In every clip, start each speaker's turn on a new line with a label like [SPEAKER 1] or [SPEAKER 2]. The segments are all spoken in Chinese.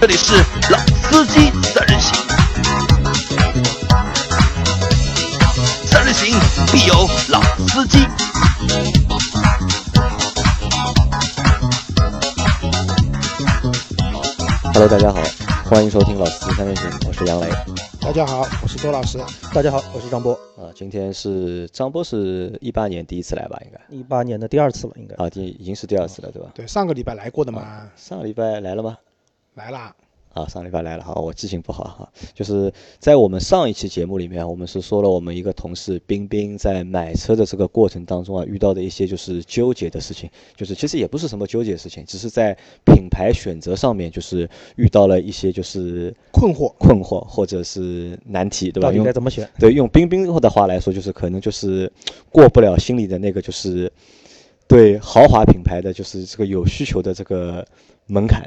[SPEAKER 1] 这里是老司机三人行，三人行必有老司机。
[SPEAKER 2] Hello，大家好，欢迎收听《老司机三人行》，我是杨磊。
[SPEAKER 3] 大家好，我是周老师。大家好，我是张波。
[SPEAKER 2] 啊，今天是张波是一八年第一次来吧，应该
[SPEAKER 4] 一八年的第二次了，应该。
[SPEAKER 2] 啊，第已经是第二次了，对吧？
[SPEAKER 3] 对，上个礼拜来过的嘛，
[SPEAKER 2] 上个礼拜来了吗？
[SPEAKER 3] 来啦。
[SPEAKER 2] 啊，上礼拜来了哈，我记性不好哈，就是在我们上一期节目里面，我们是说了我们一个同事冰冰在买车的这个过程当中啊，遇到的一些就是纠结的事情，就是其实也不是什么纠结的事情，只是在品牌选择上面就是遇到了一些就是
[SPEAKER 3] 困惑，
[SPEAKER 2] 困惑或者是难题，对吧？
[SPEAKER 4] 到底
[SPEAKER 2] 用
[SPEAKER 4] 该怎么选？
[SPEAKER 2] 对，用冰冰后的话来说，就是可能就是过不了心里的那个，就是对豪华品牌的就是这个有需求的这个门槛，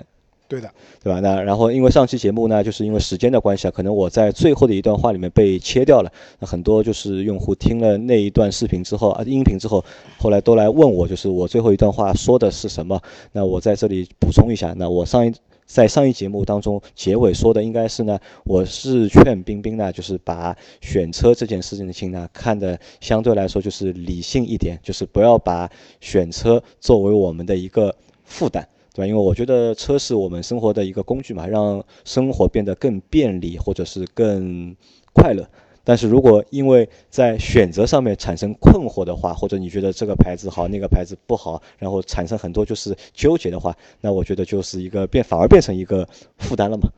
[SPEAKER 3] 对的，
[SPEAKER 2] 对吧？那然后因为上期节目呢，就是因为时间的关系啊，可能我在最后的一段话里面被切掉了。那很多就是用户听了那一段视频之后啊，音频之后，后来都来问我，就是我最后一段话说的是什么？那我在这里补充一下，那我上一。在上一节目当中，结尾说的应该是呢，我是劝冰冰呢，就是把选车这件事情呢看得相对来说就是理性一点，就是不要把选车作为我们的一个负担，对吧？因为我觉得车是我们生活的一个工具嘛，让生活变得更便利或者是更快乐。但是如果因为在选择上面产生困惑的话，或者你觉得这个牌子好，那个牌子不好，然后产生很多就是纠结的话，那我觉得就是一个变，反而变成一个负担了嘛。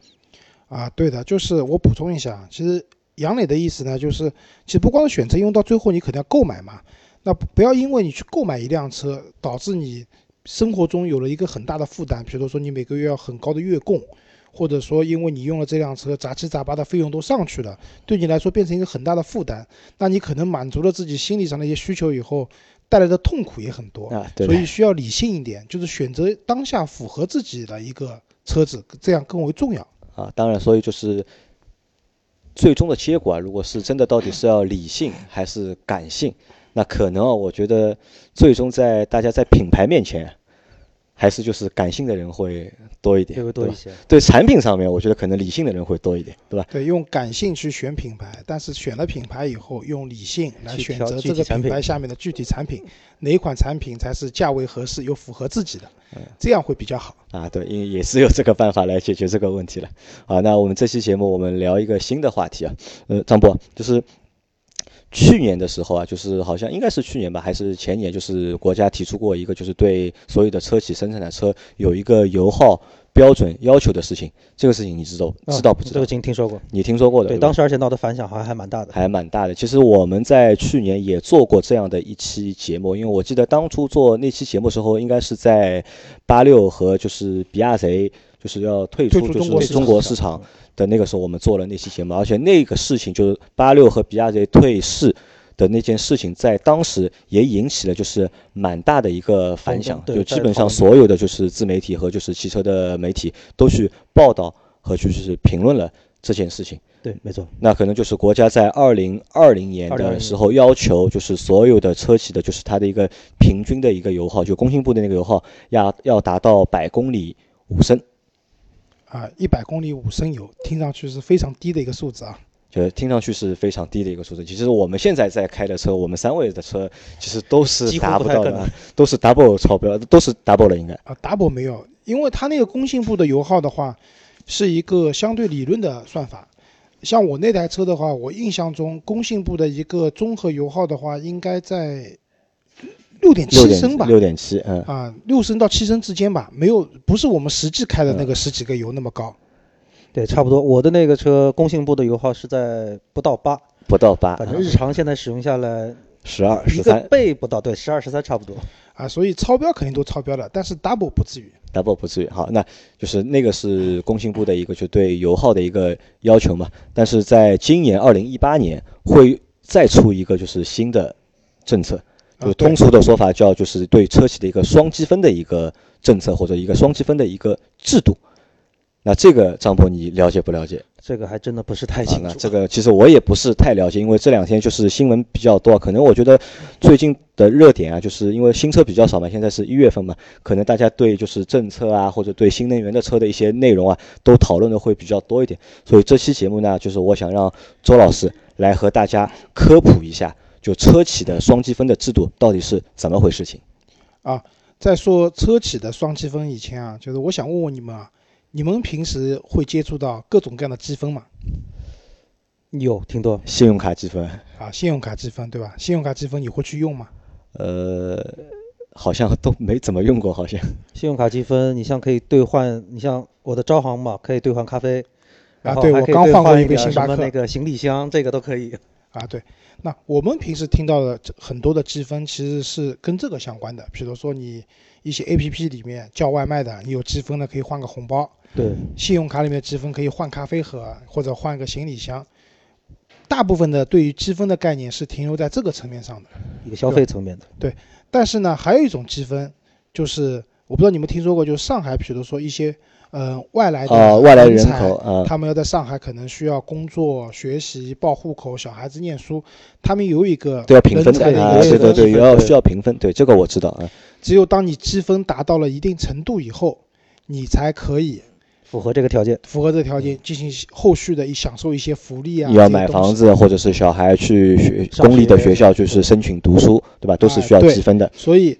[SPEAKER 3] 啊，对的，就是我补充一下，其实杨磊的意思呢，就是其实不光是选车，因为到最后你肯定要购买嘛，那不不要因为你去购买一辆车，导致你生活中有了一个很大的负担，比如说你每个月要很高的月供，或者说因为你用了这辆车杂七杂八的费用都上去了，对你来说变成一个很大的负担，那你可能满足了自己心理上的一些需求以后。带来的痛苦也很多
[SPEAKER 2] 啊对的
[SPEAKER 3] 所以需要理性一点，就是选择当下符合自己的一个车子，这样更为重要。
[SPEAKER 2] 啊，当然，所以就是最终的结果啊，如果是真的到底是要理性还是感性，那可能啊，我觉得最终在大家在品牌面前，啊还是就是感性的人会多一点，对
[SPEAKER 4] 会多一
[SPEAKER 2] 吧
[SPEAKER 4] 些。
[SPEAKER 2] 对产品上面，我觉得可能理性的人会多一点，对吧？
[SPEAKER 3] 对，用感性去选品牌，但是选了品牌以后，用理性来
[SPEAKER 4] 去
[SPEAKER 3] 选
[SPEAKER 4] 挑
[SPEAKER 3] 择
[SPEAKER 4] 具
[SPEAKER 3] 这
[SPEAKER 4] 体
[SPEAKER 3] 个
[SPEAKER 4] 产
[SPEAKER 3] 品
[SPEAKER 4] 品
[SPEAKER 3] 牌下面的具体产品，哪一款产品才是价位合适又符合自己的，
[SPEAKER 4] 嗯
[SPEAKER 3] 这样会比较好。
[SPEAKER 2] 啊，对，因为也只有这个办法来解决这个问题了。好，那我们这期节目我们聊一个新的话题啊，呃，张波，就是去年的时候啊，就是好像应该是去年吧，还是前年，就是国家提出过一个，就是对所有的车企生产的车有一个油耗标准要求的事情。这个事情你知道
[SPEAKER 4] 啊
[SPEAKER 2] 知道不知
[SPEAKER 4] 这
[SPEAKER 2] 道？
[SPEAKER 4] 个经听说过。
[SPEAKER 2] 你听说过的？
[SPEAKER 4] 对，
[SPEAKER 2] 吧
[SPEAKER 4] 当时而且闹的反响好像还蛮大的。
[SPEAKER 2] 还蛮大的。其实我们在去年也做过这样的一期节目，因为我记得当初做那期节目的时候，应该是在八六和就是比亚迪就是要退出
[SPEAKER 3] 退出
[SPEAKER 2] 就
[SPEAKER 3] 中国
[SPEAKER 2] 是
[SPEAKER 3] 市
[SPEAKER 2] 中
[SPEAKER 3] 场
[SPEAKER 2] 国市场的那个时候，我们做了那期节目，而且那个事情就是八六和比亚迪退市。的那件事情在当时也引起了就是蛮大的一个反响
[SPEAKER 4] 轰，动
[SPEAKER 2] 就
[SPEAKER 4] 对
[SPEAKER 2] 基本
[SPEAKER 4] 在讨
[SPEAKER 2] 上
[SPEAKER 4] 论
[SPEAKER 2] 所有的就是自媒体和就是汽车的媒体都去报道和去就是评论了这件事情。
[SPEAKER 4] 对，没错。
[SPEAKER 2] 那可能就是国家在二零二零年的时候要求，就是所有的车企的，就是它的一个平均的一个油耗，就工信部的那个油耗要要达到百公里五升，
[SPEAKER 3] 啊，一百公里五升油，听上去是非常低的一个数字啊。
[SPEAKER 2] 就是听上去是非常低的一个数字。其实我们现在在开的车，我们三位的车其实都是
[SPEAKER 4] 几乎
[SPEAKER 2] 达
[SPEAKER 4] 不太
[SPEAKER 2] 到
[SPEAKER 4] 可
[SPEAKER 2] 的
[SPEAKER 4] 能，
[SPEAKER 2] 都是 double 超标，都是 double 了应该。
[SPEAKER 3] 啊，double 没有，因为它那个工信部的油耗的话，是一个相对理论的算法。像我那台车的话，我印象中工信部的一个综合油耗的话，应该在六点
[SPEAKER 2] 六
[SPEAKER 3] 七升吧
[SPEAKER 2] 点，六点七，嗯，
[SPEAKER 3] 啊，六升到七升之间吧，没有不是我们实际开的那个十几个油那么高。
[SPEAKER 4] 对，差不多。我的那个车工信部的油耗是在不到八，
[SPEAKER 2] 不到八，
[SPEAKER 4] 反正日常现在使用下来
[SPEAKER 2] 十啊二
[SPEAKER 4] 一
[SPEAKER 2] 十
[SPEAKER 4] 个
[SPEAKER 2] 三
[SPEAKER 4] 倍不到，对，十二十三差不多。
[SPEAKER 3] 啊，所以超标肯定都超标了，但是 double 不至于。
[SPEAKER 2] double 不至于。好，那就是那个是工信部的一个就对油耗的一个要求嘛。但是在今年二零一八年会再出一个就是新的政策，
[SPEAKER 3] 啊
[SPEAKER 2] 就
[SPEAKER 3] 对
[SPEAKER 2] 通俗的说法叫就是对车企的一个双积分的一个政策或者一个双积分的一个制度。那这个张博你了解不了解？
[SPEAKER 4] 这个还真的不是太
[SPEAKER 2] 啊，
[SPEAKER 4] 清
[SPEAKER 2] 那
[SPEAKER 4] 楚。
[SPEAKER 2] 这个其实我也不是太了解，因为这两天就是新闻比较多，可能我觉得最近的热点啊，就是因为新车比较少嘛，现在是一月份嘛，可能大家对就是政策啊，或者对新能源的车的一些内容啊，都讨论的会比较多一点。所以这期节目呢，就是我想让周老师来和大家科普一下，就车企的双积分的制度到底是怎么回事情。
[SPEAKER 3] 在说车企的双积分以前啊，就是我想问问你们啊，你们平时会接触到各种各样的积分吗？
[SPEAKER 4] 有挺多，
[SPEAKER 2] 信用卡积分，
[SPEAKER 3] 啊，信用卡积分对吧？信用卡积分你会去用吗？
[SPEAKER 2] 呃，好像都没怎么用过，好像。
[SPEAKER 4] 信用卡积分，你像可以兑换，你像我的招行嘛，可以兑换咖啡，然
[SPEAKER 3] 啊，
[SPEAKER 4] 后
[SPEAKER 3] 对
[SPEAKER 4] 还
[SPEAKER 3] 我
[SPEAKER 4] 可以
[SPEAKER 3] 刚
[SPEAKER 4] 兑
[SPEAKER 3] 换过
[SPEAKER 4] 换
[SPEAKER 3] 一个
[SPEAKER 4] 点
[SPEAKER 3] 星
[SPEAKER 4] 什
[SPEAKER 3] 巴
[SPEAKER 4] 么
[SPEAKER 3] 克
[SPEAKER 4] 那个行李箱，这个都可以。
[SPEAKER 3] 啊，对。那我们平时听到的这很多的积分其实是跟这个相关的，比如说你一些 A P P 里面叫外卖的，你有积分的可以换个红包，
[SPEAKER 4] 对，
[SPEAKER 3] 信用卡里面的积分可以换咖啡盒或者换个行李箱。大部分的对于积分的概念是停留在这个层面上的。
[SPEAKER 4] 一个消费层面的，
[SPEAKER 3] 但是呢，还有一种积分，就是我不知道你们听说过，就是上海，比如说一些呃外来的
[SPEAKER 2] 啊，外来
[SPEAKER 3] 人
[SPEAKER 2] 人
[SPEAKER 3] 才
[SPEAKER 2] 口啊，
[SPEAKER 3] 他们要在上海可能需要工作、学习、报户口、小孩子念书，他们有一个
[SPEAKER 2] 都要评分
[SPEAKER 3] 人才的
[SPEAKER 2] 啊，
[SPEAKER 3] 一
[SPEAKER 2] 对对
[SPEAKER 3] 个积分
[SPEAKER 2] 对，要需要评分，对这个我知道啊。
[SPEAKER 3] 只有当你积分达到了一定程度以后，你才可以
[SPEAKER 4] 符合这个条件。
[SPEAKER 3] 符合这条件进行后续的一享受一些福利啊。
[SPEAKER 2] 嗯你要
[SPEAKER 3] 这些
[SPEAKER 2] 买
[SPEAKER 3] 东西
[SPEAKER 2] 房，子，或者是小孩去学
[SPEAKER 4] 上
[SPEAKER 2] 公立的
[SPEAKER 4] 学
[SPEAKER 2] 学校，就是申请读书，对吧？都是
[SPEAKER 3] 哎
[SPEAKER 2] 需要
[SPEAKER 3] 对
[SPEAKER 2] 积分的。
[SPEAKER 3] 所以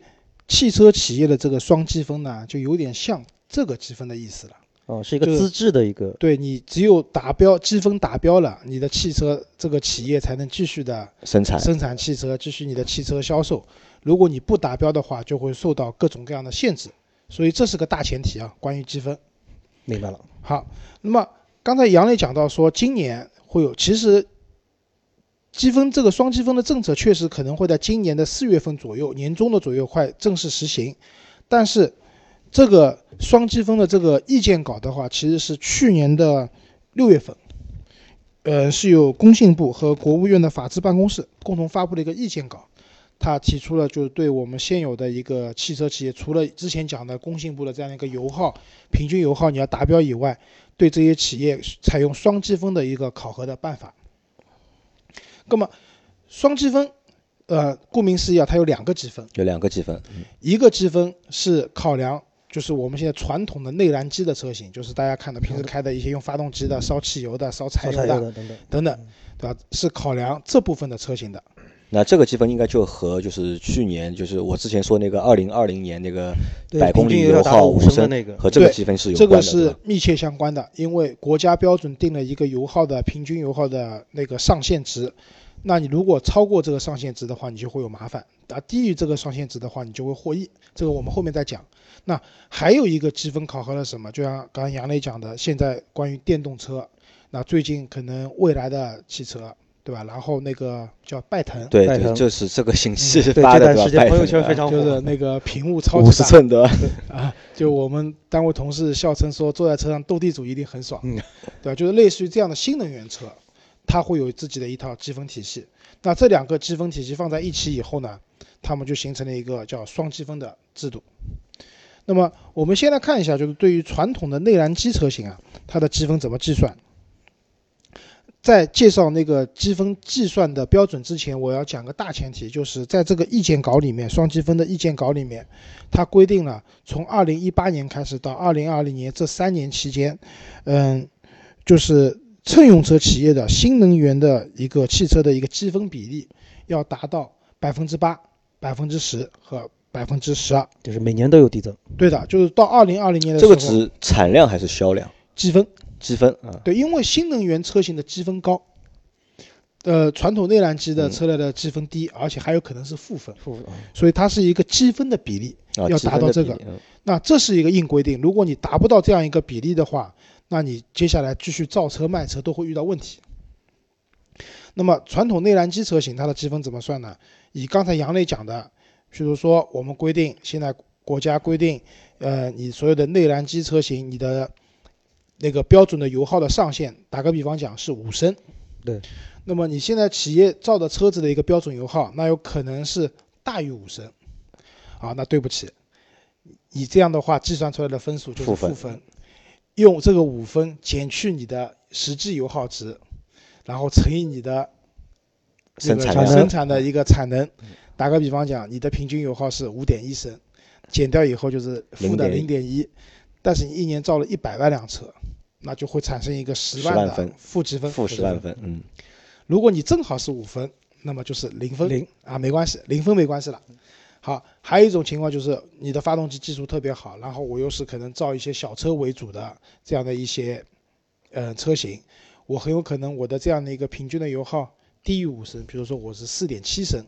[SPEAKER 3] 汽车企业的这个双积分呢，就有点像这个积分的意思了。
[SPEAKER 4] 哦，是一个
[SPEAKER 3] 就是
[SPEAKER 4] 资质的一个，
[SPEAKER 3] 对你只有达标积分达标了，你的汽车这个企业才能继续的
[SPEAKER 2] 生产
[SPEAKER 3] 生产汽车，继续你的汽车销售。如果你不达标的话，就会受到各种各样的限制。所以这是个大前提啊，关于积分。
[SPEAKER 4] 明白了。
[SPEAKER 3] 好，那么刚才杨磊讲到说，今年会有，其实积分这个双积分的政策确实可能会在今年的四月份左右，年中的左右快正式实行。但是这个双积分的这个意见稿的话，其实是去年的六月份，呃，是由工信部和国务院的法制办公室共同发布的一个意见稿。他提出了，就是对我们现有的一个汽车企业，除了之前讲的工信部的这样一个油耗平均油耗你要达标以外，对这些企业采用双积分的一个考核的办法。那么双积分，呃，顾名思义啊，它有两个积分，
[SPEAKER 2] 有两个积分，
[SPEAKER 3] 一个积分是考量就是我们现在传统的内燃机的车型，就是大家看到平时开的一些用发动机的、烧汽油的、烧柴
[SPEAKER 4] 烧
[SPEAKER 3] 油
[SPEAKER 4] 柴
[SPEAKER 3] 的
[SPEAKER 4] 油的等嗯等，
[SPEAKER 3] 等等，对吧？是考量这部分的车型的。
[SPEAKER 2] 那这个积分应该就和就是去年就是我之前说那个二零二零年那个
[SPEAKER 4] 对
[SPEAKER 2] 百公
[SPEAKER 4] 平
[SPEAKER 2] 里
[SPEAKER 4] 均油
[SPEAKER 2] 油
[SPEAKER 4] 达到
[SPEAKER 2] 耗
[SPEAKER 4] 五
[SPEAKER 2] 五
[SPEAKER 4] 升的
[SPEAKER 2] 升
[SPEAKER 4] 那个
[SPEAKER 2] 和这个
[SPEAKER 3] 对
[SPEAKER 2] 积分是有
[SPEAKER 3] 这
[SPEAKER 2] 关的。
[SPEAKER 3] 个
[SPEAKER 2] 对
[SPEAKER 3] 是
[SPEAKER 2] 吧
[SPEAKER 3] 密切相关的，因为国家标准定了一个油耗的平均油耗的那个上限值，那你如果超过这个上限值的话，你就会有麻烦；啊，低于这个上限值的话，你就会获益。这个我们后面再讲。那还有一个积分考核了什么？就像刚刚杨磊讲的，现在关于电动车，那最近可能未来的汽车，对吧？然后那个叫拜腾，
[SPEAKER 2] 对
[SPEAKER 4] 拜
[SPEAKER 2] 对，
[SPEAKER 4] 腾
[SPEAKER 2] 就是这个星期
[SPEAKER 4] 嗯对，
[SPEAKER 2] 发
[SPEAKER 4] 这
[SPEAKER 2] 的对
[SPEAKER 4] 段
[SPEAKER 2] 吧？
[SPEAKER 4] 时间朋友圈非
[SPEAKER 2] 常
[SPEAKER 4] 常火，
[SPEAKER 3] 就是那个屏幕超
[SPEAKER 2] 五
[SPEAKER 3] 级
[SPEAKER 2] 十
[SPEAKER 3] 大，
[SPEAKER 2] 寸的，
[SPEAKER 3] 就我们单位同事笑称说，坐在车上斗地主一定很爽，
[SPEAKER 4] 嗯
[SPEAKER 3] 对吧？就是类似于这样的新能源车，它会有自己的一套积分体系。那这两个积分体系放在一起以后呢，他们就形成了一个叫双积分的制度。那么我们先来看一下，就是对于传统的内燃机车型啊，它的积分怎么计算？在介绍那个积分计算的标准之前，我要讲个大前提，就是在这个意见稿里面，双积分的意见稿里面，它规定了从二零一八年开始到二零二零年这三年期间，嗯，就是乘用车企业的新能源的一个汽车的一个积分比例要达到百分之八、百分之十和百分之十二。
[SPEAKER 4] 就是每年都有递增。
[SPEAKER 3] 对的，就是到二零二零年的时
[SPEAKER 2] 这
[SPEAKER 3] 候，
[SPEAKER 2] 个指产量还是销量？
[SPEAKER 3] 积分
[SPEAKER 2] 积分啊，
[SPEAKER 3] 对，因为新能源车型的积分高，呃，传统内燃机
[SPEAKER 2] 嗯
[SPEAKER 3] 的车辆的积分低，而且还有可能是负分，
[SPEAKER 4] 负啊
[SPEAKER 3] 所以它是一个积分的比例。
[SPEAKER 2] 啊
[SPEAKER 3] 要
[SPEAKER 2] 积分
[SPEAKER 3] 达到
[SPEAKER 2] 的
[SPEAKER 3] 这
[SPEAKER 2] 比
[SPEAKER 3] 个
[SPEAKER 2] 例嗯
[SPEAKER 3] 那这是一个硬规定，如果你达不到这样一个比例的话，那你接下来继续造车卖车都会遇到问题。那么传统内燃机车型它的积分怎么算呢？以刚才杨磊讲的，譬如说我们规定现在国家规定，呃，你所有的内燃机车型你的那个标准的油耗的上限，打个比方讲是五升。
[SPEAKER 4] 对。
[SPEAKER 3] 那么你现在企业造的车子的一个标准油耗，那有可能是大于五升，啊，那对不起，你这样的话计算出来的分数就是
[SPEAKER 2] 负
[SPEAKER 3] 负
[SPEAKER 2] 分
[SPEAKER 3] 分。用这个五分减去你的实际油耗值，然后乘以你的这
[SPEAKER 2] 生
[SPEAKER 3] 个
[SPEAKER 2] 产
[SPEAKER 4] 产
[SPEAKER 2] 量
[SPEAKER 4] 能
[SPEAKER 3] 生产的一个产能。打个比方讲，你的平均油耗是五点一升，减掉以后就是负的零
[SPEAKER 2] 0.1
[SPEAKER 3] 点一，但是你一年造了一百万辆车，那就会产生一个十万
[SPEAKER 2] 10万
[SPEAKER 3] 的
[SPEAKER 2] 分
[SPEAKER 3] 负积分。
[SPEAKER 2] 负十万分，嗯，
[SPEAKER 3] 如果你正好是五分，那么就是零分
[SPEAKER 4] 零
[SPEAKER 3] 啊，没关系，零分没关系了。好，还有一种情况就是你的发动机技术特别好，然后我又是可能造一些小车为主的这样的一些呃车型，我很有可能我的这样的一个平均的油耗低于五升，比如说我是四点七升，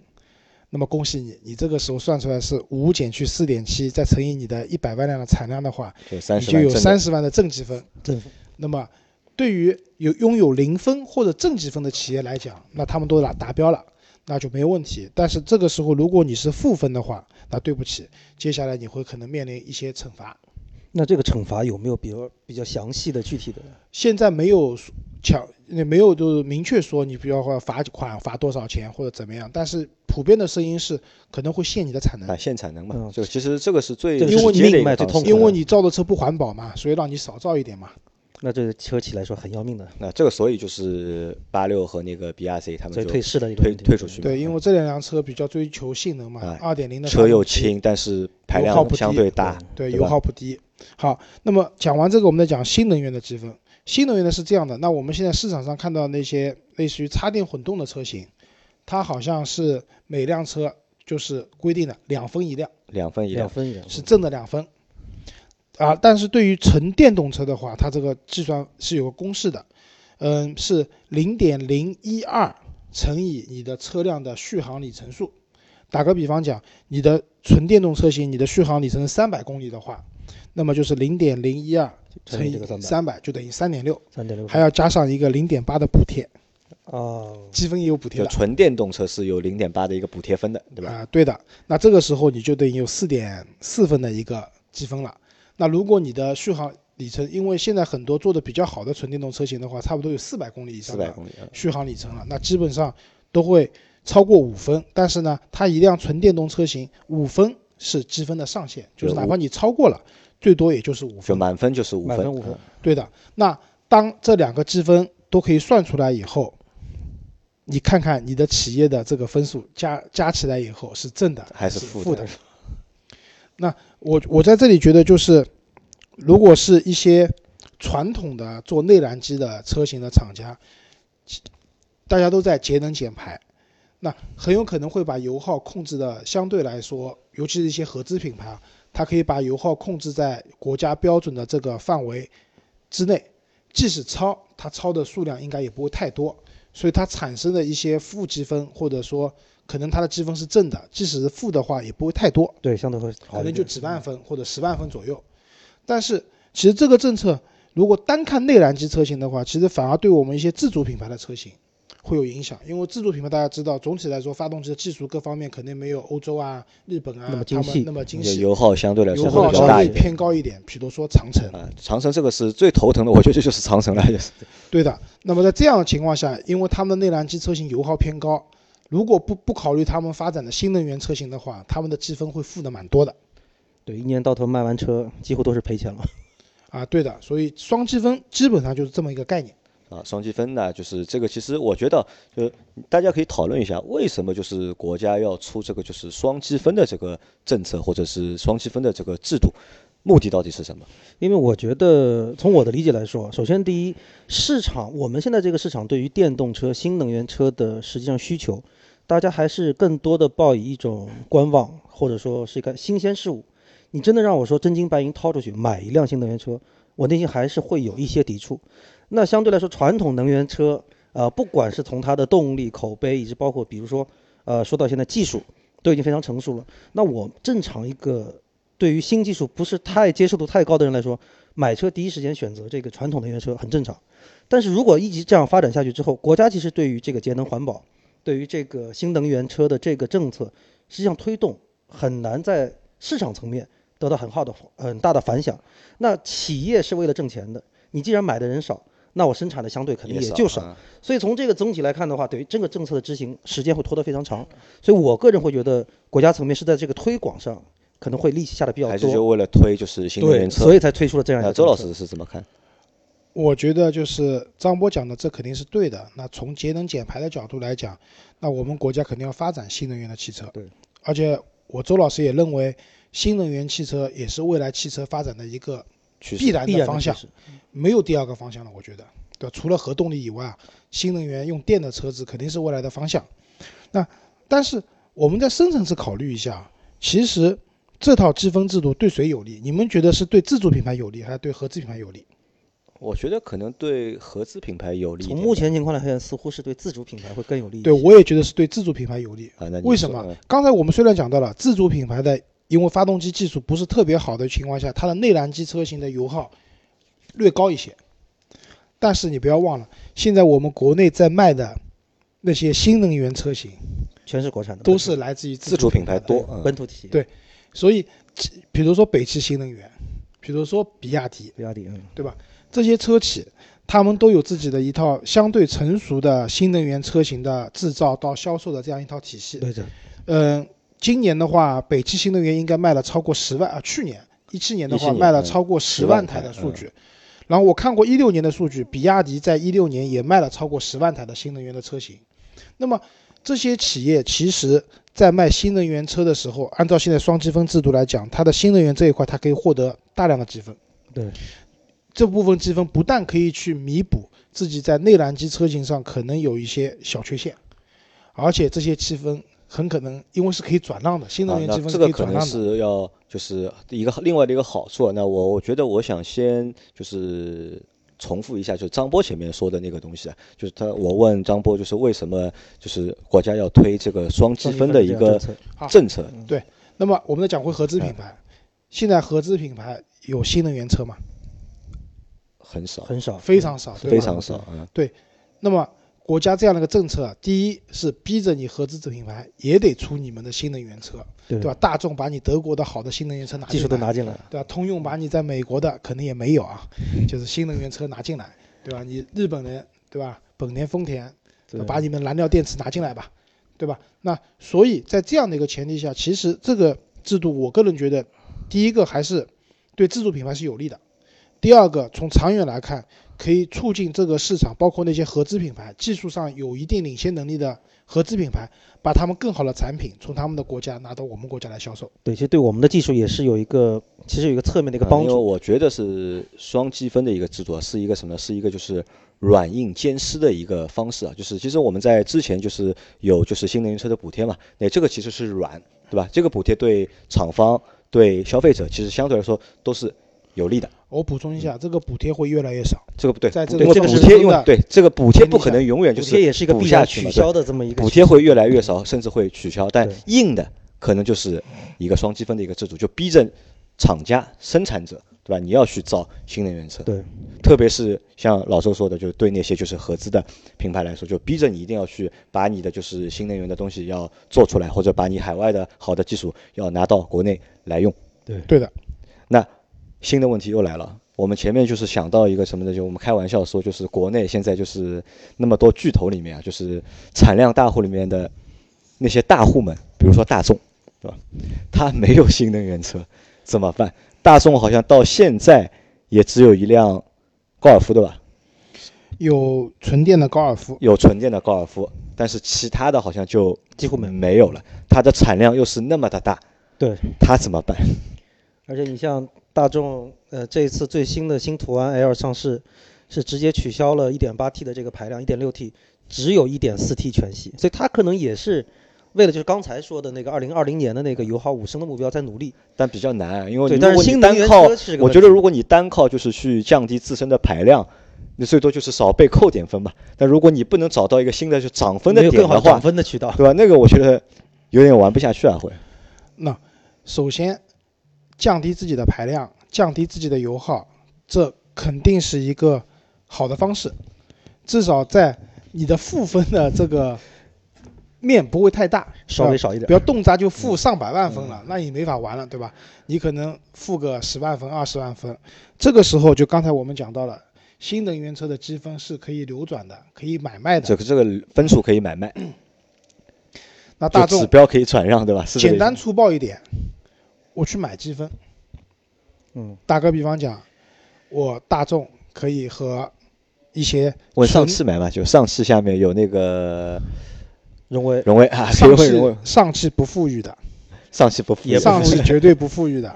[SPEAKER 3] 那么恭喜你，你这个时候算出来是五减去四点七，再乘以你的一百万辆的产量的话，
[SPEAKER 2] 就三
[SPEAKER 3] 你
[SPEAKER 2] 十
[SPEAKER 3] 就
[SPEAKER 2] 万
[SPEAKER 3] 有
[SPEAKER 2] 正
[SPEAKER 3] 三十万的正积分。
[SPEAKER 4] 政府
[SPEAKER 3] 那么，对于有拥有零分或者正积分的企业来讲，那他们都达达标了，那就没问题。但是这个时候，如果你是负分的话，那对不起，接下来你会可能面临一些惩罚。
[SPEAKER 4] 那这个惩罚有没有比较比较详细的、具体的？
[SPEAKER 3] 现在没有强，那没有就是明确说你比如说罚款罚多少钱或者怎么样，但是普遍的声音是可能会限你的产能
[SPEAKER 2] 啊，，限产能嘛
[SPEAKER 4] 嗯，
[SPEAKER 2] 就其实这个是最
[SPEAKER 4] 这
[SPEAKER 3] 个是
[SPEAKER 2] 直接的一
[SPEAKER 4] 命脉
[SPEAKER 2] 个
[SPEAKER 4] 最
[SPEAKER 2] 方式啊
[SPEAKER 4] 痛苦
[SPEAKER 3] 因
[SPEAKER 4] 的
[SPEAKER 3] 为你造的车不环保嘛，所以让你少造一点嘛。
[SPEAKER 4] 那这个车企来说很要命的，
[SPEAKER 2] 那这个所以就是八六和那个 BRZ 他们
[SPEAKER 4] 所以
[SPEAKER 2] 就
[SPEAKER 4] 退市的一个
[SPEAKER 2] 退
[SPEAKER 4] 问题
[SPEAKER 2] 退出去嘛
[SPEAKER 3] 对，因为这两辆车比较追求性能嘛
[SPEAKER 2] 哎，
[SPEAKER 3] 二点零的
[SPEAKER 2] 车又
[SPEAKER 3] 发动机
[SPEAKER 2] 轻，但是排
[SPEAKER 3] 油
[SPEAKER 2] 量
[SPEAKER 3] 耗不低
[SPEAKER 2] 相对大，
[SPEAKER 3] 对，
[SPEAKER 2] 对
[SPEAKER 3] 油
[SPEAKER 2] 吧
[SPEAKER 3] 耗不低。好，那么讲完这个，我们再讲新能源的积分。新能源呢是这样的，那我们现在市场上看到那些类似于插电混动的车型，它好像是每辆车就是规定的两分一辆，
[SPEAKER 2] 两分一
[SPEAKER 4] 两
[SPEAKER 2] 辆，
[SPEAKER 4] 分一样
[SPEAKER 3] 是挣的两分。啊，但是对于纯电动车的话，它这个计算是有个公式的，嗯，是零点零一二乘以你的车辆的续航里程数。打个比方讲，你的纯电动车型，你的续航里程是三百公里的话，那么就是零点零一二乘
[SPEAKER 4] 乘以
[SPEAKER 3] 以
[SPEAKER 4] 这个三百
[SPEAKER 3] 三百，就等于三点六，
[SPEAKER 4] 三点六
[SPEAKER 3] 还要加上一个零点八的补贴，
[SPEAKER 4] 哦，
[SPEAKER 3] 积分也有补贴
[SPEAKER 2] 就
[SPEAKER 3] 的。
[SPEAKER 2] 纯电动车是有零点八的一个补贴分的，对吧？
[SPEAKER 3] 啊、对的。那这个时候你就等于有四点四分的一个积分了。那如果你的续航里程，因为现在很多做的比较好的纯电动车型的话，差不多有四百公里以
[SPEAKER 2] 四
[SPEAKER 3] 上
[SPEAKER 2] 百
[SPEAKER 3] 的
[SPEAKER 2] 公里，嗯
[SPEAKER 3] 续航里程了，那基本上都会超过五分。但是呢，它一辆纯电动车型五分是积分的上限，就是
[SPEAKER 2] 对
[SPEAKER 3] 哪
[SPEAKER 2] 五
[SPEAKER 3] 怕你超过了，最多也就是五
[SPEAKER 2] 就
[SPEAKER 3] 分。
[SPEAKER 2] 满分就是五
[SPEAKER 4] 满
[SPEAKER 2] 分嗯
[SPEAKER 4] 分，五分，
[SPEAKER 3] 对的。那当这两个积分都可以算出来以后。你看看你的企业的这个分数加加起来以后是正的
[SPEAKER 2] 还是
[SPEAKER 3] 是
[SPEAKER 2] 负
[SPEAKER 3] 负
[SPEAKER 2] 的
[SPEAKER 3] 的？我我在这里觉得就是，如果是一些传统的做内燃机的车型的厂家，其大家都在节能减排，那很有可能会把油耗控制的相对来说，尤其是一些合资品牌，啊，它可以把油耗控制在国家标准的这个范围之内，即使超，它超的数量应该也不会太多，所以它产生的一些负积分或者说可能它的积分是正的，即使是负的话也不会太多。
[SPEAKER 4] 对，相对会好
[SPEAKER 3] 可能
[SPEAKER 4] 一点
[SPEAKER 3] 就几万
[SPEAKER 2] 嗯
[SPEAKER 3] 分或者十万分左右。但是其实这个政策如果单看内燃机车型的话，其实反而对我们一些自主品牌的车型会有影响，因为自主品牌大家知道，总体来说发动机的技术各方面肯定没有欧洲啊、日本啊
[SPEAKER 4] 那
[SPEAKER 3] 他
[SPEAKER 4] 么精
[SPEAKER 3] 们
[SPEAKER 4] 细
[SPEAKER 3] 那么精
[SPEAKER 2] 就
[SPEAKER 3] 细，
[SPEAKER 2] 油耗相对来说
[SPEAKER 3] 油
[SPEAKER 2] 会
[SPEAKER 3] 耗
[SPEAKER 2] 比较大
[SPEAKER 3] 稍
[SPEAKER 2] 一
[SPEAKER 3] 微
[SPEAKER 2] 点。
[SPEAKER 3] 偏高一点，比如说长城。
[SPEAKER 2] 啊，长城这个是最头疼的，我觉得就是长城了，就是
[SPEAKER 3] 对的。那么在这样的情况下，因为他们的内燃机车型油耗偏高，如果不不考虑他们发展的新能源车型的话，他们的积分会负的蛮多的。
[SPEAKER 4] 对，一年到头卖完车几乎都是赔钱了。
[SPEAKER 3] 啊，对的，所以双积分基本上就是这么一个概念。
[SPEAKER 2] 啊，双积分呢，就是这个，其实我觉得，就是大家可以讨论一下，为什么就是国家要出这个就是双积分的这个政策，或者是双积分的这个制度，目的到底是什么？
[SPEAKER 4] 因为我觉得，从我的理解来说，首先第一，市场我们现在这个市场对于电动车、新能源车的实际上需求，大家还是更多的抱以一种观望，或者说是一个新鲜事物。你真的让我说真金白银掏出去买一辆新能源车，我内心还是会有一些抵触。那相对来说，传统能源车，呃，不管是从它的动力、口碑，以及包括比如说，呃，说到现在技术都已经非常成熟了。那我正常一个对于新技术不是太接受度太高的人来说，买车第一时间选择这个传统能源车很正常。但是如果一直这样发展下去之后，国家其实对于这个节能环保，对于这个新能源车的这个政策，实际上推动很难在市场层面得到很好的很大的反响。那企业是为了挣钱的，你既然买的人少，那我生产的相对肯定也就少。
[SPEAKER 2] 啊
[SPEAKER 4] 所以从这个总体来看的话，对于这个政策的执行时间会拖得非常长。所以我个人会觉得，国家层面是在这个推广上可能会力气下的比较
[SPEAKER 2] 还是就
[SPEAKER 4] 多，
[SPEAKER 2] 为了推就是新能
[SPEAKER 4] 对，
[SPEAKER 2] 源车？
[SPEAKER 4] 所以才推出了这样一
[SPEAKER 2] 那
[SPEAKER 4] 个。
[SPEAKER 2] 呃周老，师是怎么看？
[SPEAKER 3] 我觉得就是张波讲的，这肯定是对的。那从节能减排的角度来讲，那我们国家肯定要发展新能源的汽车。
[SPEAKER 4] 对，
[SPEAKER 3] 而且我周老师也认为，新能源汽车也是未来汽车发展的一个
[SPEAKER 2] 趋
[SPEAKER 3] 必
[SPEAKER 2] 势。
[SPEAKER 3] 然
[SPEAKER 4] 必
[SPEAKER 3] 的
[SPEAKER 4] 然
[SPEAKER 3] 方
[SPEAKER 4] 的
[SPEAKER 3] 向
[SPEAKER 4] 趋，势
[SPEAKER 3] 没有第二个方向了。我觉得，对吧，除了核动力以外啊，新能源用电的车子肯定是未来的方向。那但是我们在深层次考虑一下，其实这套积分制度对谁有利？你们觉得是对自主品牌有利，还是对合资品牌有利？
[SPEAKER 2] 我觉得可能对合资品牌有利一
[SPEAKER 4] 从
[SPEAKER 2] 点吧。
[SPEAKER 4] 目前情况来看，似乎是对自主品牌会更有利一些。
[SPEAKER 3] 对，我也觉得是对自主品牌有利。
[SPEAKER 2] 啊，那你
[SPEAKER 3] 为什
[SPEAKER 2] 说
[SPEAKER 3] 么
[SPEAKER 2] 嗯？
[SPEAKER 3] 刚才我们虽然讲到了自主品牌的，因为发动机技术不是特别好的情况下，它的内燃机车型的油耗略高一些。但是你不要忘了，现在我们国内在卖的那些新能源车型
[SPEAKER 4] 全是国产的，
[SPEAKER 3] 都是来自于
[SPEAKER 2] 啊自主品牌
[SPEAKER 3] 的
[SPEAKER 2] 多，
[SPEAKER 4] 本
[SPEAKER 2] 嗯，
[SPEAKER 4] 土体系，
[SPEAKER 3] 对所以，比如说北汽新能源，比如说比亚迪，
[SPEAKER 4] 比亚迪，嗯，
[SPEAKER 3] 这些车企，他们都有自己的一套相对成熟的新能源车型的制造到销售的这样一套体系。
[SPEAKER 4] 对的，
[SPEAKER 3] 嗯，今年的话，北汽新能源应该卖了超过十万啊，去年一七年的
[SPEAKER 2] 17
[SPEAKER 3] 话
[SPEAKER 2] 年
[SPEAKER 3] 卖了
[SPEAKER 2] 嗯
[SPEAKER 3] 超过十
[SPEAKER 2] 10
[SPEAKER 3] 万
[SPEAKER 2] 万
[SPEAKER 3] 台
[SPEAKER 2] 台
[SPEAKER 3] 的数据。然后我看过一六年的数据，比亚迪在一六年也卖了超过十万台的新能源的车型。那么这些企业其实在卖新能源车的时候，按照现在双积分制度来讲，它的新能源这一块它可以获得大量的积分。
[SPEAKER 4] 对，
[SPEAKER 3] 这部分积分不但可以去弥补自己在内燃机车型上可能有一些小缺陷，而且这些积分很可能因为是可以转让的，新能
[SPEAKER 2] 啊，
[SPEAKER 3] 源
[SPEAKER 2] 那
[SPEAKER 3] 积分
[SPEAKER 2] 这
[SPEAKER 3] 可
[SPEAKER 2] 个
[SPEAKER 3] 以
[SPEAKER 2] 可
[SPEAKER 3] 转
[SPEAKER 2] 能
[SPEAKER 3] 让的。
[SPEAKER 2] 是要就是一个另外的一个好处啊。那我我觉得我想先就是重复一下，就是张波前面说的那个东西啊，就是他我问张波就是为什么就是国家要推这个双积分的一个
[SPEAKER 3] 好
[SPEAKER 2] 政策，
[SPEAKER 3] 那么我们再讲回合资品
[SPEAKER 2] 哎
[SPEAKER 3] 牌，现在合资品牌有新能源车吗？
[SPEAKER 2] 很少，
[SPEAKER 4] 很少，
[SPEAKER 3] 非常少，对吧
[SPEAKER 2] 啊非常少啊。
[SPEAKER 3] 那么国家这样的一个政策，啊第一是逼着你合资子品牌也得出你们的新能源车，
[SPEAKER 4] 对
[SPEAKER 3] 对吧？大众把你德国的好的新能源车拿
[SPEAKER 4] 技术
[SPEAKER 3] 进
[SPEAKER 4] 都
[SPEAKER 3] 来，
[SPEAKER 4] 拿进来，
[SPEAKER 3] 对吧？通用把你在美国的可能也没有啊，就是新能源车拿进来，对吧？你日本人，对吧？本田、丰田，
[SPEAKER 4] 对
[SPEAKER 3] 把你们燃料电池拿进来吧，对吧？那所以在这样的一个前提下，其实这个制度，我个人觉得，第一个还是对自主品牌是有利的，第二个从长远来看，可以促进这个市场，包括那些合资品牌，技术上有一定领先能力的合资品牌，把他们更好的产品从他们的国家拿到我们国家来销售。
[SPEAKER 4] 对，其实对我们的技术也是有一个，其实有一个侧面的一个
[SPEAKER 2] 啊
[SPEAKER 4] 帮
[SPEAKER 2] 因为
[SPEAKER 4] 助。
[SPEAKER 2] 我觉得是双积分的一个制度啊，是一个什么呢？是一个就是软硬兼施的一个方式啊。就是其实我们在之前就是有就是新能源车的补贴嘛，那这个其实是软，对吧？这个补贴对厂方、对消费者其实相对来说都是有利的。
[SPEAKER 3] 我补充一下，这个补贴会越来越少。
[SPEAKER 2] 这个不对，
[SPEAKER 3] 在这
[SPEAKER 2] 因
[SPEAKER 3] 个
[SPEAKER 2] 为
[SPEAKER 4] 这个
[SPEAKER 2] 补
[SPEAKER 4] 是
[SPEAKER 2] 贴，
[SPEAKER 3] 真
[SPEAKER 2] 因为
[SPEAKER 3] 的
[SPEAKER 2] 对这个补贴
[SPEAKER 3] 前提
[SPEAKER 2] 不可
[SPEAKER 3] 下
[SPEAKER 2] 能永远就
[SPEAKER 4] 补贴
[SPEAKER 2] 是
[SPEAKER 4] 也是一个
[SPEAKER 2] 补
[SPEAKER 4] 必
[SPEAKER 2] 下
[SPEAKER 4] 然
[SPEAKER 2] 去
[SPEAKER 4] 取
[SPEAKER 2] 嘛，对
[SPEAKER 4] 消的这么一个
[SPEAKER 2] 补贴会越来越少，甚至会取消。但
[SPEAKER 4] 对
[SPEAKER 2] 硬的可能就是一个双积分的一个制度，就逼着厂家、生产者，对吧？你要去造新能源车，
[SPEAKER 4] 对
[SPEAKER 2] 特别是像老周说的，就是对那些就是合资的品牌来说，就逼着你一定要去把你的就是新能源的东西要做出来，或者把你海外的好的技术要拿到国内来用。
[SPEAKER 4] 对
[SPEAKER 3] 对的，
[SPEAKER 2] 那新的问题又来了，我们前面就是想到一个什么呢？就我们开玩笑说，就是国内现在就是那么多巨头里面啊，就是产量大户里面的那些大户们，比如说大众，对吧？他没有新能源车，怎么办？大众好像到现在也只有一辆高尔夫，对吧？
[SPEAKER 3] 有纯电的高尔夫，
[SPEAKER 2] 有纯电的高尔夫，但是其他的好像就
[SPEAKER 4] 几乎没有
[SPEAKER 2] 没有了。它的产量又是那么的大，
[SPEAKER 4] 对，
[SPEAKER 2] 它怎么办？
[SPEAKER 4] 而且你像大众，呃，这一次最新的新途安 L 上市，是直接取消了 1.8T 的这个排量，1.6T 只有 1.4T 全系，所以它可能也是为了就是刚才说的那个2020年的那个油耗五升的目标在努力。
[SPEAKER 2] 但比较难，啊因为
[SPEAKER 4] 对，
[SPEAKER 2] 你
[SPEAKER 4] 但
[SPEAKER 2] 如果
[SPEAKER 4] 是
[SPEAKER 2] 你
[SPEAKER 4] 新能
[SPEAKER 2] 单
[SPEAKER 4] 源
[SPEAKER 2] 靠
[SPEAKER 4] 车是个
[SPEAKER 2] 我
[SPEAKER 4] 问
[SPEAKER 2] 觉
[SPEAKER 4] 题
[SPEAKER 2] 得如果你单靠就是去降低自身的排量，你最多就是少被扣点分吧。但如果你不能找到一个新的就涨分的
[SPEAKER 4] 没有
[SPEAKER 2] 点
[SPEAKER 4] 更好
[SPEAKER 2] 的
[SPEAKER 4] 涨
[SPEAKER 2] 话，
[SPEAKER 4] 分的渠道。
[SPEAKER 2] 对吧？那个我觉得有点玩不下去啊，会。
[SPEAKER 3] 那首先降低自己的排量，降低自己的油耗，这肯定是一个好的方式，至少在你的负分的这个面不会太大，呃
[SPEAKER 4] 稍微少一点嗯
[SPEAKER 3] 不。要动辄就负上百万分了，那你没法玩了，对吧？你可能负个十万分、二十万分，这个时候就刚才我们讲到了，新能源车的积分是可以流转的，可以买卖
[SPEAKER 2] 这
[SPEAKER 3] 的。
[SPEAKER 2] 个这个分数可以买卖，
[SPEAKER 3] 那大
[SPEAKER 2] 就指
[SPEAKER 3] 众
[SPEAKER 2] 标可以转让，对吧？是这个
[SPEAKER 3] 简
[SPEAKER 2] 意思
[SPEAKER 3] 单粗暴一点，我去买积分，
[SPEAKER 4] 嗯，
[SPEAKER 3] 打个比方讲，我大众可以和一些
[SPEAKER 2] 问
[SPEAKER 3] 纯
[SPEAKER 2] 上汽买吧，就上汽下面有那个
[SPEAKER 4] 荣威
[SPEAKER 2] 荣威啊，可以
[SPEAKER 3] 上
[SPEAKER 2] 问荣威
[SPEAKER 3] 汽，上汽不富裕的，
[SPEAKER 2] 上汽不富裕
[SPEAKER 4] 也不
[SPEAKER 3] 上
[SPEAKER 4] 富裕
[SPEAKER 3] 汽绝对不富裕的。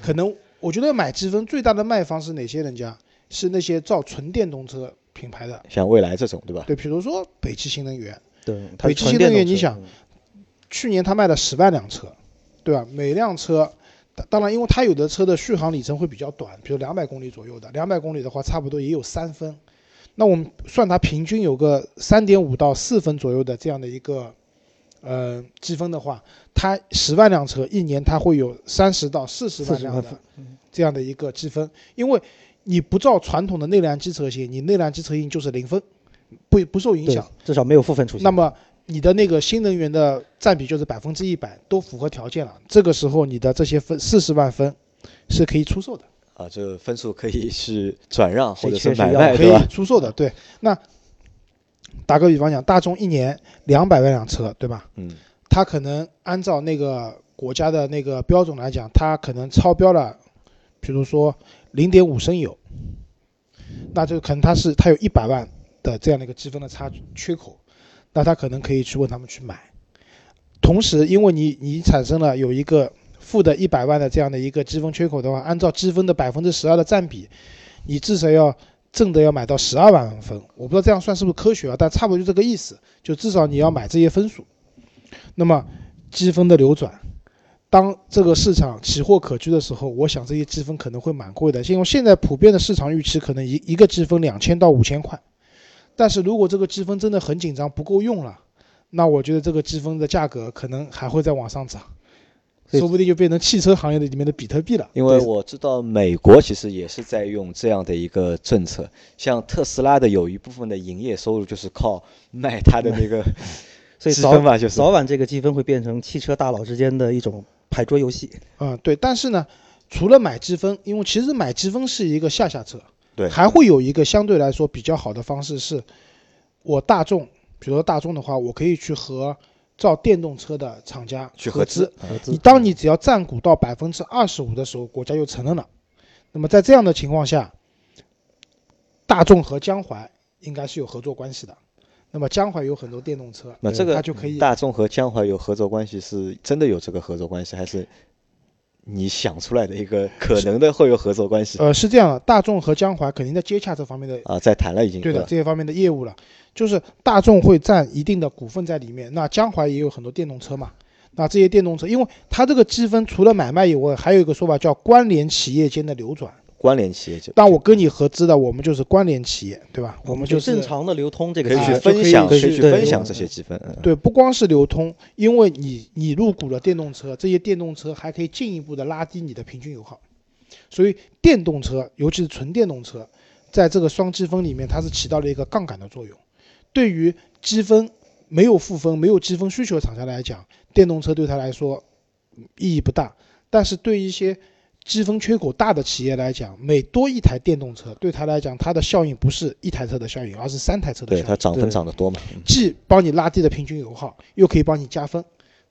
[SPEAKER 3] 可能我觉得买积分最大的卖方是哪些人家？是那些造纯电动车品牌的，
[SPEAKER 2] 像蔚来这种对吧？
[SPEAKER 3] 对，比如说北汽新能源，
[SPEAKER 4] 对，它
[SPEAKER 3] 北
[SPEAKER 4] 是
[SPEAKER 3] 汽
[SPEAKER 4] 纯
[SPEAKER 3] 新
[SPEAKER 4] 电
[SPEAKER 3] 能源
[SPEAKER 4] 动
[SPEAKER 3] 你
[SPEAKER 4] 车
[SPEAKER 3] 想，去年它卖了十万辆车，对吧？每辆车，当当然，因为它有的车的续航里程会比较短，比如两百公里左右的，两百公里的话，差不多也有三分。那我们算它平均有个三点五到四分左右的这样的一个呃积分的话，它十万辆车一年它会有三十到四十万嗯
[SPEAKER 4] 40
[SPEAKER 3] 辆
[SPEAKER 4] 万
[SPEAKER 3] 的这样的一个积分，因为你不照传统的内燃机车型，你内燃机车型就是零分，不不受影
[SPEAKER 4] 对
[SPEAKER 3] 响。
[SPEAKER 4] 至少没有负分出现。
[SPEAKER 3] 那么你的那个新能源的占比就是百分之一百，都符合条件了。这个时候你的这些分四十万分是可以出售的，
[SPEAKER 2] 啊，这个分数可以是转让或
[SPEAKER 4] 谁
[SPEAKER 2] 者
[SPEAKER 4] 缺
[SPEAKER 2] 是
[SPEAKER 4] 谁
[SPEAKER 2] 买
[SPEAKER 4] 要
[SPEAKER 2] 卖
[SPEAKER 3] 可
[SPEAKER 2] 哎对
[SPEAKER 3] 以
[SPEAKER 2] 吧？
[SPEAKER 3] 出售的。对，那打个比方讲，大众一年两百万辆车，对吧？
[SPEAKER 2] 嗯，
[SPEAKER 3] 它可能按照那个国家的那个标准来讲，它可能超标了，比如说零点五升油，那就可能它是它有一百万的这样的一个积分的差缺口，那它可能可以去问他们去买。同时，因为你你产生了有一个负的一百万的这样的一个积分缺口的话，按照积分的百分之十二的占比，你至少要挣的要买到十二万分。我不知道这样算是不是科学啊，但差不多就这个意思，就至少你要买这些分数。那么积分的流转，当这个市场奇货可居的时候，我想这些积分可能会蛮贵的，因为现在普遍的市场预期可能一一个积分两千到五千块，但是如果这个积分真的很紧张不够用了，那我觉得这个积分的价格可能还会再往上涨，
[SPEAKER 4] 所以
[SPEAKER 3] 说不定就变成汽车行业的里面的比特币了。
[SPEAKER 2] 因为我知道美国其实也是在用这样的一个政策，像特斯拉的有一部分的营业收入就是靠卖它的 那个
[SPEAKER 4] 所以
[SPEAKER 2] 积
[SPEAKER 4] 早
[SPEAKER 2] 分吧，就是
[SPEAKER 4] 早晚这个积分会变成汽车大佬之间的一种牌桌游戏。
[SPEAKER 3] 嗯，对，但是呢，除了买积分，因为其实买积分是一个下下策，
[SPEAKER 2] 对
[SPEAKER 3] 还会有一个相对来说比较好的方式是，我大众，比如说大众的话，我可以去和造电动车的厂家
[SPEAKER 2] 去
[SPEAKER 3] 合
[SPEAKER 2] 合资。嗯
[SPEAKER 4] 合呃资
[SPEAKER 3] 你当你只要占股到百分之二十五的时候，国家就承认了。那么在这样的情况下，大众和江淮应该是有合作关系的。那么江淮有很多电动车，
[SPEAKER 2] 那这个
[SPEAKER 3] 它就可以
[SPEAKER 2] 大众和江淮有合作关系，是真的有这个合作关系，还是你想出来的一个可能的会有合作关系
[SPEAKER 3] 呃是这样的，大众和江淮肯定在接洽这方面的
[SPEAKER 2] 啊？在谈了已经
[SPEAKER 3] 对的
[SPEAKER 2] 吧
[SPEAKER 3] 这些方面的业务了，就是大众会占一定的股份在里面。那江淮也有很多电动车嘛，那这些电动车，因为它这个积分除了买卖以外，还有一个说法叫关联企业间的流转。
[SPEAKER 2] 关联企业就
[SPEAKER 3] 当我跟你合资的，我们就是关联企业，对吧？我们就是
[SPEAKER 4] 正常的流通这个
[SPEAKER 2] 可以
[SPEAKER 4] 积
[SPEAKER 2] 去
[SPEAKER 3] 啊
[SPEAKER 4] 分
[SPEAKER 3] 就可
[SPEAKER 2] 分
[SPEAKER 3] 以
[SPEAKER 2] 享，
[SPEAKER 4] 可以
[SPEAKER 2] 去
[SPEAKER 4] 去
[SPEAKER 2] 去
[SPEAKER 4] 对
[SPEAKER 2] 分享
[SPEAKER 4] 对
[SPEAKER 2] 这些积分。嗯
[SPEAKER 3] 对，不光是流通，因为你你入股了电动车，这些电动车还可以进一步的拉低你的平均油耗，所以电动车，尤其是纯电动车，在这个双积分里面，它是起到了一个杠杆的作用。对于积分没有负分、没有积分需求的厂家来讲，电动车对它来说嗯意义不大，但是对一些积分缺口大的企业来讲，每多一台电动车，对它来讲，它的效应不是一台车的效应，而是三台车的
[SPEAKER 2] 对
[SPEAKER 3] 效应。
[SPEAKER 2] 它涨分
[SPEAKER 4] 对
[SPEAKER 2] 涨得多嘛，嗯
[SPEAKER 3] 既帮你拉低了平均油耗，又可以帮你加分，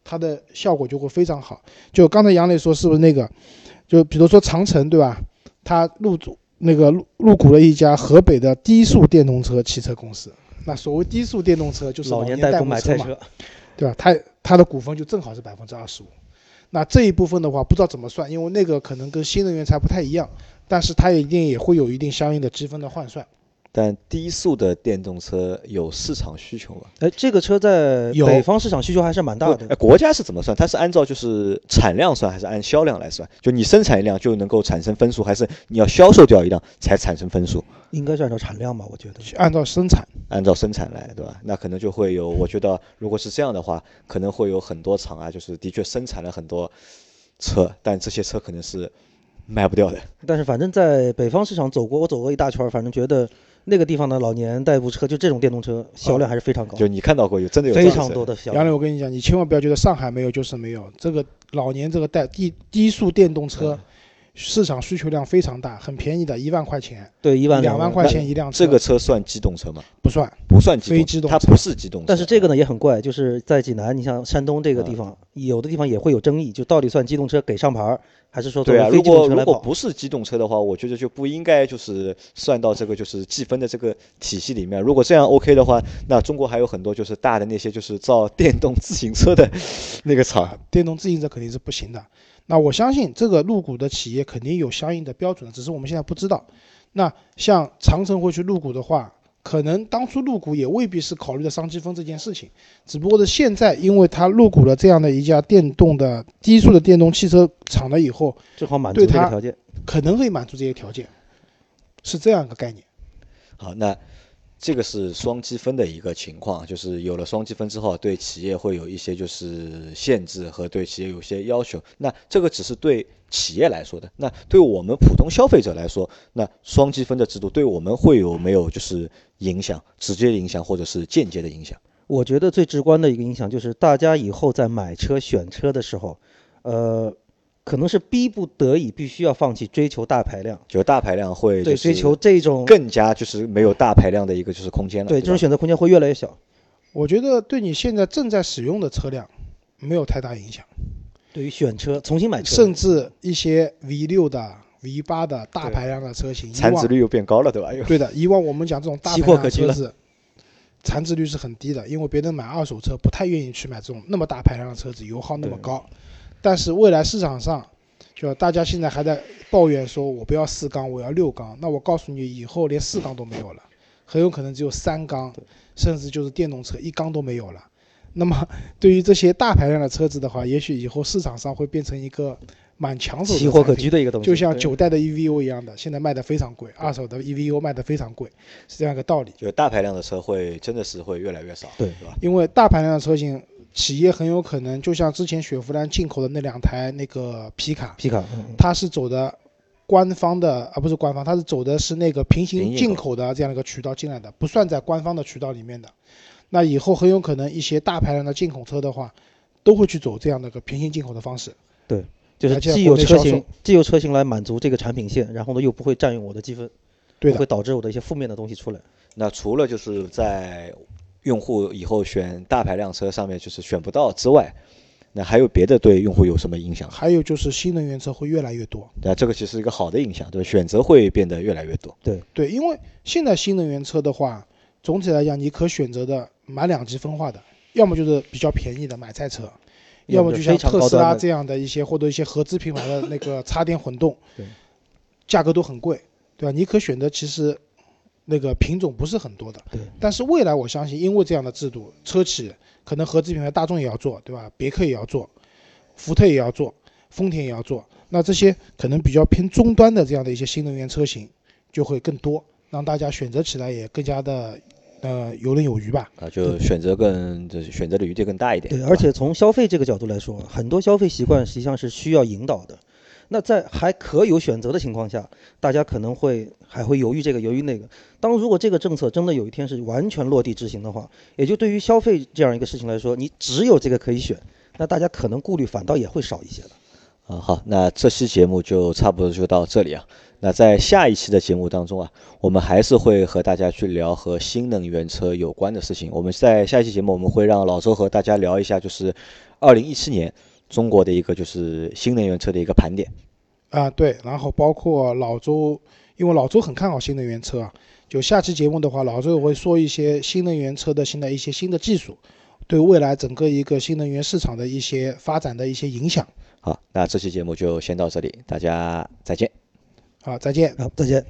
[SPEAKER 3] 它的效果就会非常好。就刚才杨磊说，是不是那个？就比如说长城，对吧？它入主那个入入股了一家河北的低速电动车汽车公司。那所谓低速电动车，就是
[SPEAKER 4] 老
[SPEAKER 3] 年
[SPEAKER 4] 年代
[SPEAKER 3] 购
[SPEAKER 4] 购买菜
[SPEAKER 3] 嘛，
[SPEAKER 4] 车，
[SPEAKER 3] 对吧？它它的股份就正好是百分之二十五。那这一部分的话，不知道怎么算，因为那个可能跟新能源才不太一样，但是它一定也会有一定相应的积分的换算。
[SPEAKER 2] 但低速的电动车有市场需求吗？
[SPEAKER 4] 哎，这个车在
[SPEAKER 3] 有呃
[SPEAKER 4] 北方市场需求还是蛮
[SPEAKER 2] 不
[SPEAKER 4] 大
[SPEAKER 2] 哎，
[SPEAKER 4] 的。
[SPEAKER 2] 国家是怎么算？它是按照就是产量算，还是按销量来算？就你生产一辆就能够产生分数，还是你要销售掉一辆才产生分数？
[SPEAKER 4] 应该是按照产量吧，我觉得。
[SPEAKER 3] 按照生产，
[SPEAKER 2] 按照生产来，对吧？那可能就会有，我觉得如果是这样的话，可能会有很多厂啊，就是的确生产了很多车，但这些车可能是卖不掉的。
[SPEAKER 4] 但是反正在北方市场走过，我走过一大圈儿，反正觉得那个地方的老年代步车，就这种电动车
[SPEAKER 3] 呃
[SPEAKER 4] 销量还是非常高，
[SPEAKER 2] 就你看到过有真的有
[SPEAKER 4] 哦非常
[SPEAKER 2] 的
[SPEAKER 4] 多的销
[SPEAKER 3] 杨磊，
[SPEAKER 4] 量。
[SPEAKER 3] 我跟你讲，你千万不要觉得上海没有就是没有，这个老年这个带低低速电动车市场需求量非常大，很便宜的，一万块钱、
[SPEAKER 4] 对，一万
[SPEAKER 3] 两万
[SPEAKER 4] 万
[SPEAKER 3] 块。钱一辆车，
[SPEAKER 2] 这个车算机动车吗？
[SPEAKER 3] 不算。
[SPEAKER 2] 不算机动，
[SPEAKER 3] 非机动
[SPEAKER 2] 它
[SPEAKER 3] 车
[SPEAKER 2] 不是机动车。
[SPEAKER 3] 啊
[SPEAKER 4] 但是这个呢也很怪，就是在济南，你像山东这个地方，有的地方也会有争议，就到底算机动车给上牌儿，还是说作
[SPEAKER 2] 对啊，如
[SPEAKER 4] 为非机
[SPEAKER 2] 果
[SPEAKER 4] 动车
[SPEAKER 2] 如
[SPEAKER 4] 来
[SPEAKER 2] 果
[SPEAKER 4] 跑？
[SPEAKER 2] 不是机动车的话，我觉得就不应该就是算到这个就是计分的这个体系里面。如果这样 OK 的话，那中国还有很多就是大的那些就是造电动自行车的 那个厂。
[SPEAKER 3] 电动自行车肯定是不行的。那我相信这个入股的企业肯定有相应的标准的，只是我们现在不知道。那像长城会去入股的话，可能当初入股也未必是考虑的商积分这件事情，只不过是现在因为它入股了这样的一家电动的低速的电动汽车厂了以后，
[SPEAKER 4] 正好满足
[SPEAKER 3] 对
[SPEAKER 4] 这个
[SPEAKER 3] 它
[SPEAKER 4] 条件。
[SPEAKER 3] 可能会满足这些条件，是这样一个概念。
[SPEAKER 2] 好，那这个是双积分的一个情况，就是有了双积分之后，啊对企业会有一些就是限制和对企业有些要求。那这个只是对企业来说的，那对我们普通消费者来说，那双积分的制度对我们会有没有就是影响，直接影响或者是间接的影响？
[SPEAKER 4] 我觉得最直观的一个影响就是，大家以后在买车、选车的时候，呃，可能是逼不得已必须要放弃追求大排量，
[SPEAKER 2] 就大排量会
[SPEAKER 4] 对，
[SPEAKER 2] 就
[SPEAKER 4] 追
[SPEAKER 2] 是
[SPEAKER 4] 求这种
[SPEAKER 2] 更加就是没有大排量的一个就是空间了，
[SPEAKER 4] 对
[SPEAKER 2] 对
[SPEAKER 4] 这种
[SPEAKER 2] 吧
[SPEAKER 4] 选择空间会越来越小。
[SPEAKER 3] 我觉得对你现在正在使用的车辆没有太大影响。
[SPEAKER 4] 对于选车、重新买车，
[SPEAKER 3] 甚至一些 V 六的、V 八的大排量的车型，以
[SPEAKER 2] 残值
[SPEAKER 3] 往
[SPEAKER 2] 率又变高了，对吧？哎又
[SPEAKER 3] 对的，以往我们讲这种大
[SPEAKER 4] 奇
[SPEAKER 3] 排
[SPEAKER 4] 货
[SPEAKER 3] 量
[SPEAKER 4] 可
[SPEAKER 3] 的
[SPEAKER 4] 居
[SPEAKER 3] 车
[SPEAKER 4] 了
[SPEAKER 3] 子，残值率是很低的，因为别人买二手车不太愿意去买这种那么大排量的车子，油耗那么
[SPEAKER 4] 对
[SPEAKER 3] 高。但是未来市场上，就大家现在还在抱怨说，我不要四缸，我要六缸。那我告诉你，以后连四缸都没有了，很有可能只有三缸，甚至就是电动车一缸都没有了。那么，对于这些大排量的车子的话，也许以后市场上会变成一个蛮抢手的
[SPEAKER 4] 奇货可
[SPEAKER 3] 产品
[SPEAKER 4] 居的一个东西，
[SPEAKER 3] 就像
[SPEAKER 4] 对
[SPEAKER 3] 九代的 EVO 一样的，现在卖的非常贵，二手的 EVO 卖的非常贵，是这样一个道理。
[SPEAKER 2] 就大排量的车会真的是会越来越少，
[SPEAKER 4] 对
[SPEAKER 2] 吧？
[SPEAKER 3] 因为大排量的车型，企业很有可能就像之前雪佛兰进口的那两台那个皮卡，
[SPEAKER 4] 皮卡，嗯
[SPEAKER 3] 它是走的官方的，啊不是官方，它是走的是那个平
[SPEAKER 2] 平
[SPEAKER 3] 行
[SPEAKER 2] 行
[SPEAKER 3] 进
[SPEAKER 2] 进
[SPEAKER 3] 口的这样一个渠道进来的，不算在官方的渠道里面的。那以后很有可能一些大排量的进口车的话，都会去走这样的一个平行进口的方式。
[SPEAKER 4] 就是
[SPEAKER 3] 而且
[SPEAKER 4] 既
[SPEAKER 3] 国
[SPEAKER 4] 有
[SPEAKER 3] 内
[SPEAKER 4] 车
[SPEAKER 3] 销
[SPEAKER 4] 型
[SPEAKER 3] 售，
[SPEAKER 4] 既有车型来满足这个产品线，然后呢又不会占用我的积分，
[SPEAKER 3] 对
[SPEAKER 4] 不
[SPEAKER 3] 的
[SPEAKER 4] 会，导致我的一些负面的东西出来。
[SPEAKER 2] 那除了就是在用户以后选大排量车上面就是选不到之外，那还有别的对用户有什么影响？
[SPEAKER 3] 还有就是新能源车会越来越多。
[SPEAKER 2] 那这个其实是一个好的影响，对吧？选择会变得越来越多。
[SPEAKER 3] 对，因为现在新能源车的话，总体来讲，你可选择的蛮两极分化的，要么就是比较便宜的买菜车，要么就像
[SPEAKER 4] 非常
[SPEAKER 3] 特
[SPEAKER 4] 高
[SPEAKER 3] 斯
[SPEAKER 4] 端
[SPEAKER 3] 拉
[SPEAKER 4] 的
[SPEAKER 3] 这样的一些或者一些合资品牌的那 个插电混动
[SPEAKER 4] 对，
[SPEAKER 3] 价格都很贵，对吧？你可选择其实那个品种不是很多的
[SPEAKER 4] 对，
[SPEAKER 3] 但是未来我相信，因为这样的制度，车企可能合资品牌大众也要做，对吧？别克也要做，福特也要做，丰田也要做。那这些可能比较偏终端的这样的一些新能源车型就会更多，让大家选择起来也更加的呃游刃有余吧。
[SPEAKER 2] 啊，就选择更就是选择的余地更大一点。
[SPEAKER 4] 对，
[SPEAKER 2] 吧
[SPEAKER 4] 而且从消费这个角度来说，很多消费习惯实际上是需要引导的。那在还可有选择的情况下，大家可能会还会犹豫这个犹豫那个。当如果这个政策真的有一天是完全落地执行的话，也就对于消费这样一个事情来说，你只有这个可以选，那大家可能顾虑反倒也会少一些了。
[SPEAKER 2] 啊，好，那这期节目就差不多就到这里啊。那在下一期的节目当中啊，我们还是会和大家去聊和新能源车有关的事情。我们在下一期节目，我们会让老周和大家聊一下，就是二零一七年中国的一个就是新能源车的一个盘点。
[SPEAKER 3] 啊、对，然后包括老周，因为老周很看好新能源车啊，就下期节目的话，老周也会说一些新能源车的现在一些新的技术，对未来整个一个新能源市场的一些发展的一些影响
[SPEAKER 2] 好，那这期节目就先到这里，大家再见。
[SPEAKER 3] 啊。再见。
[SPEAKER 4] 好，再见。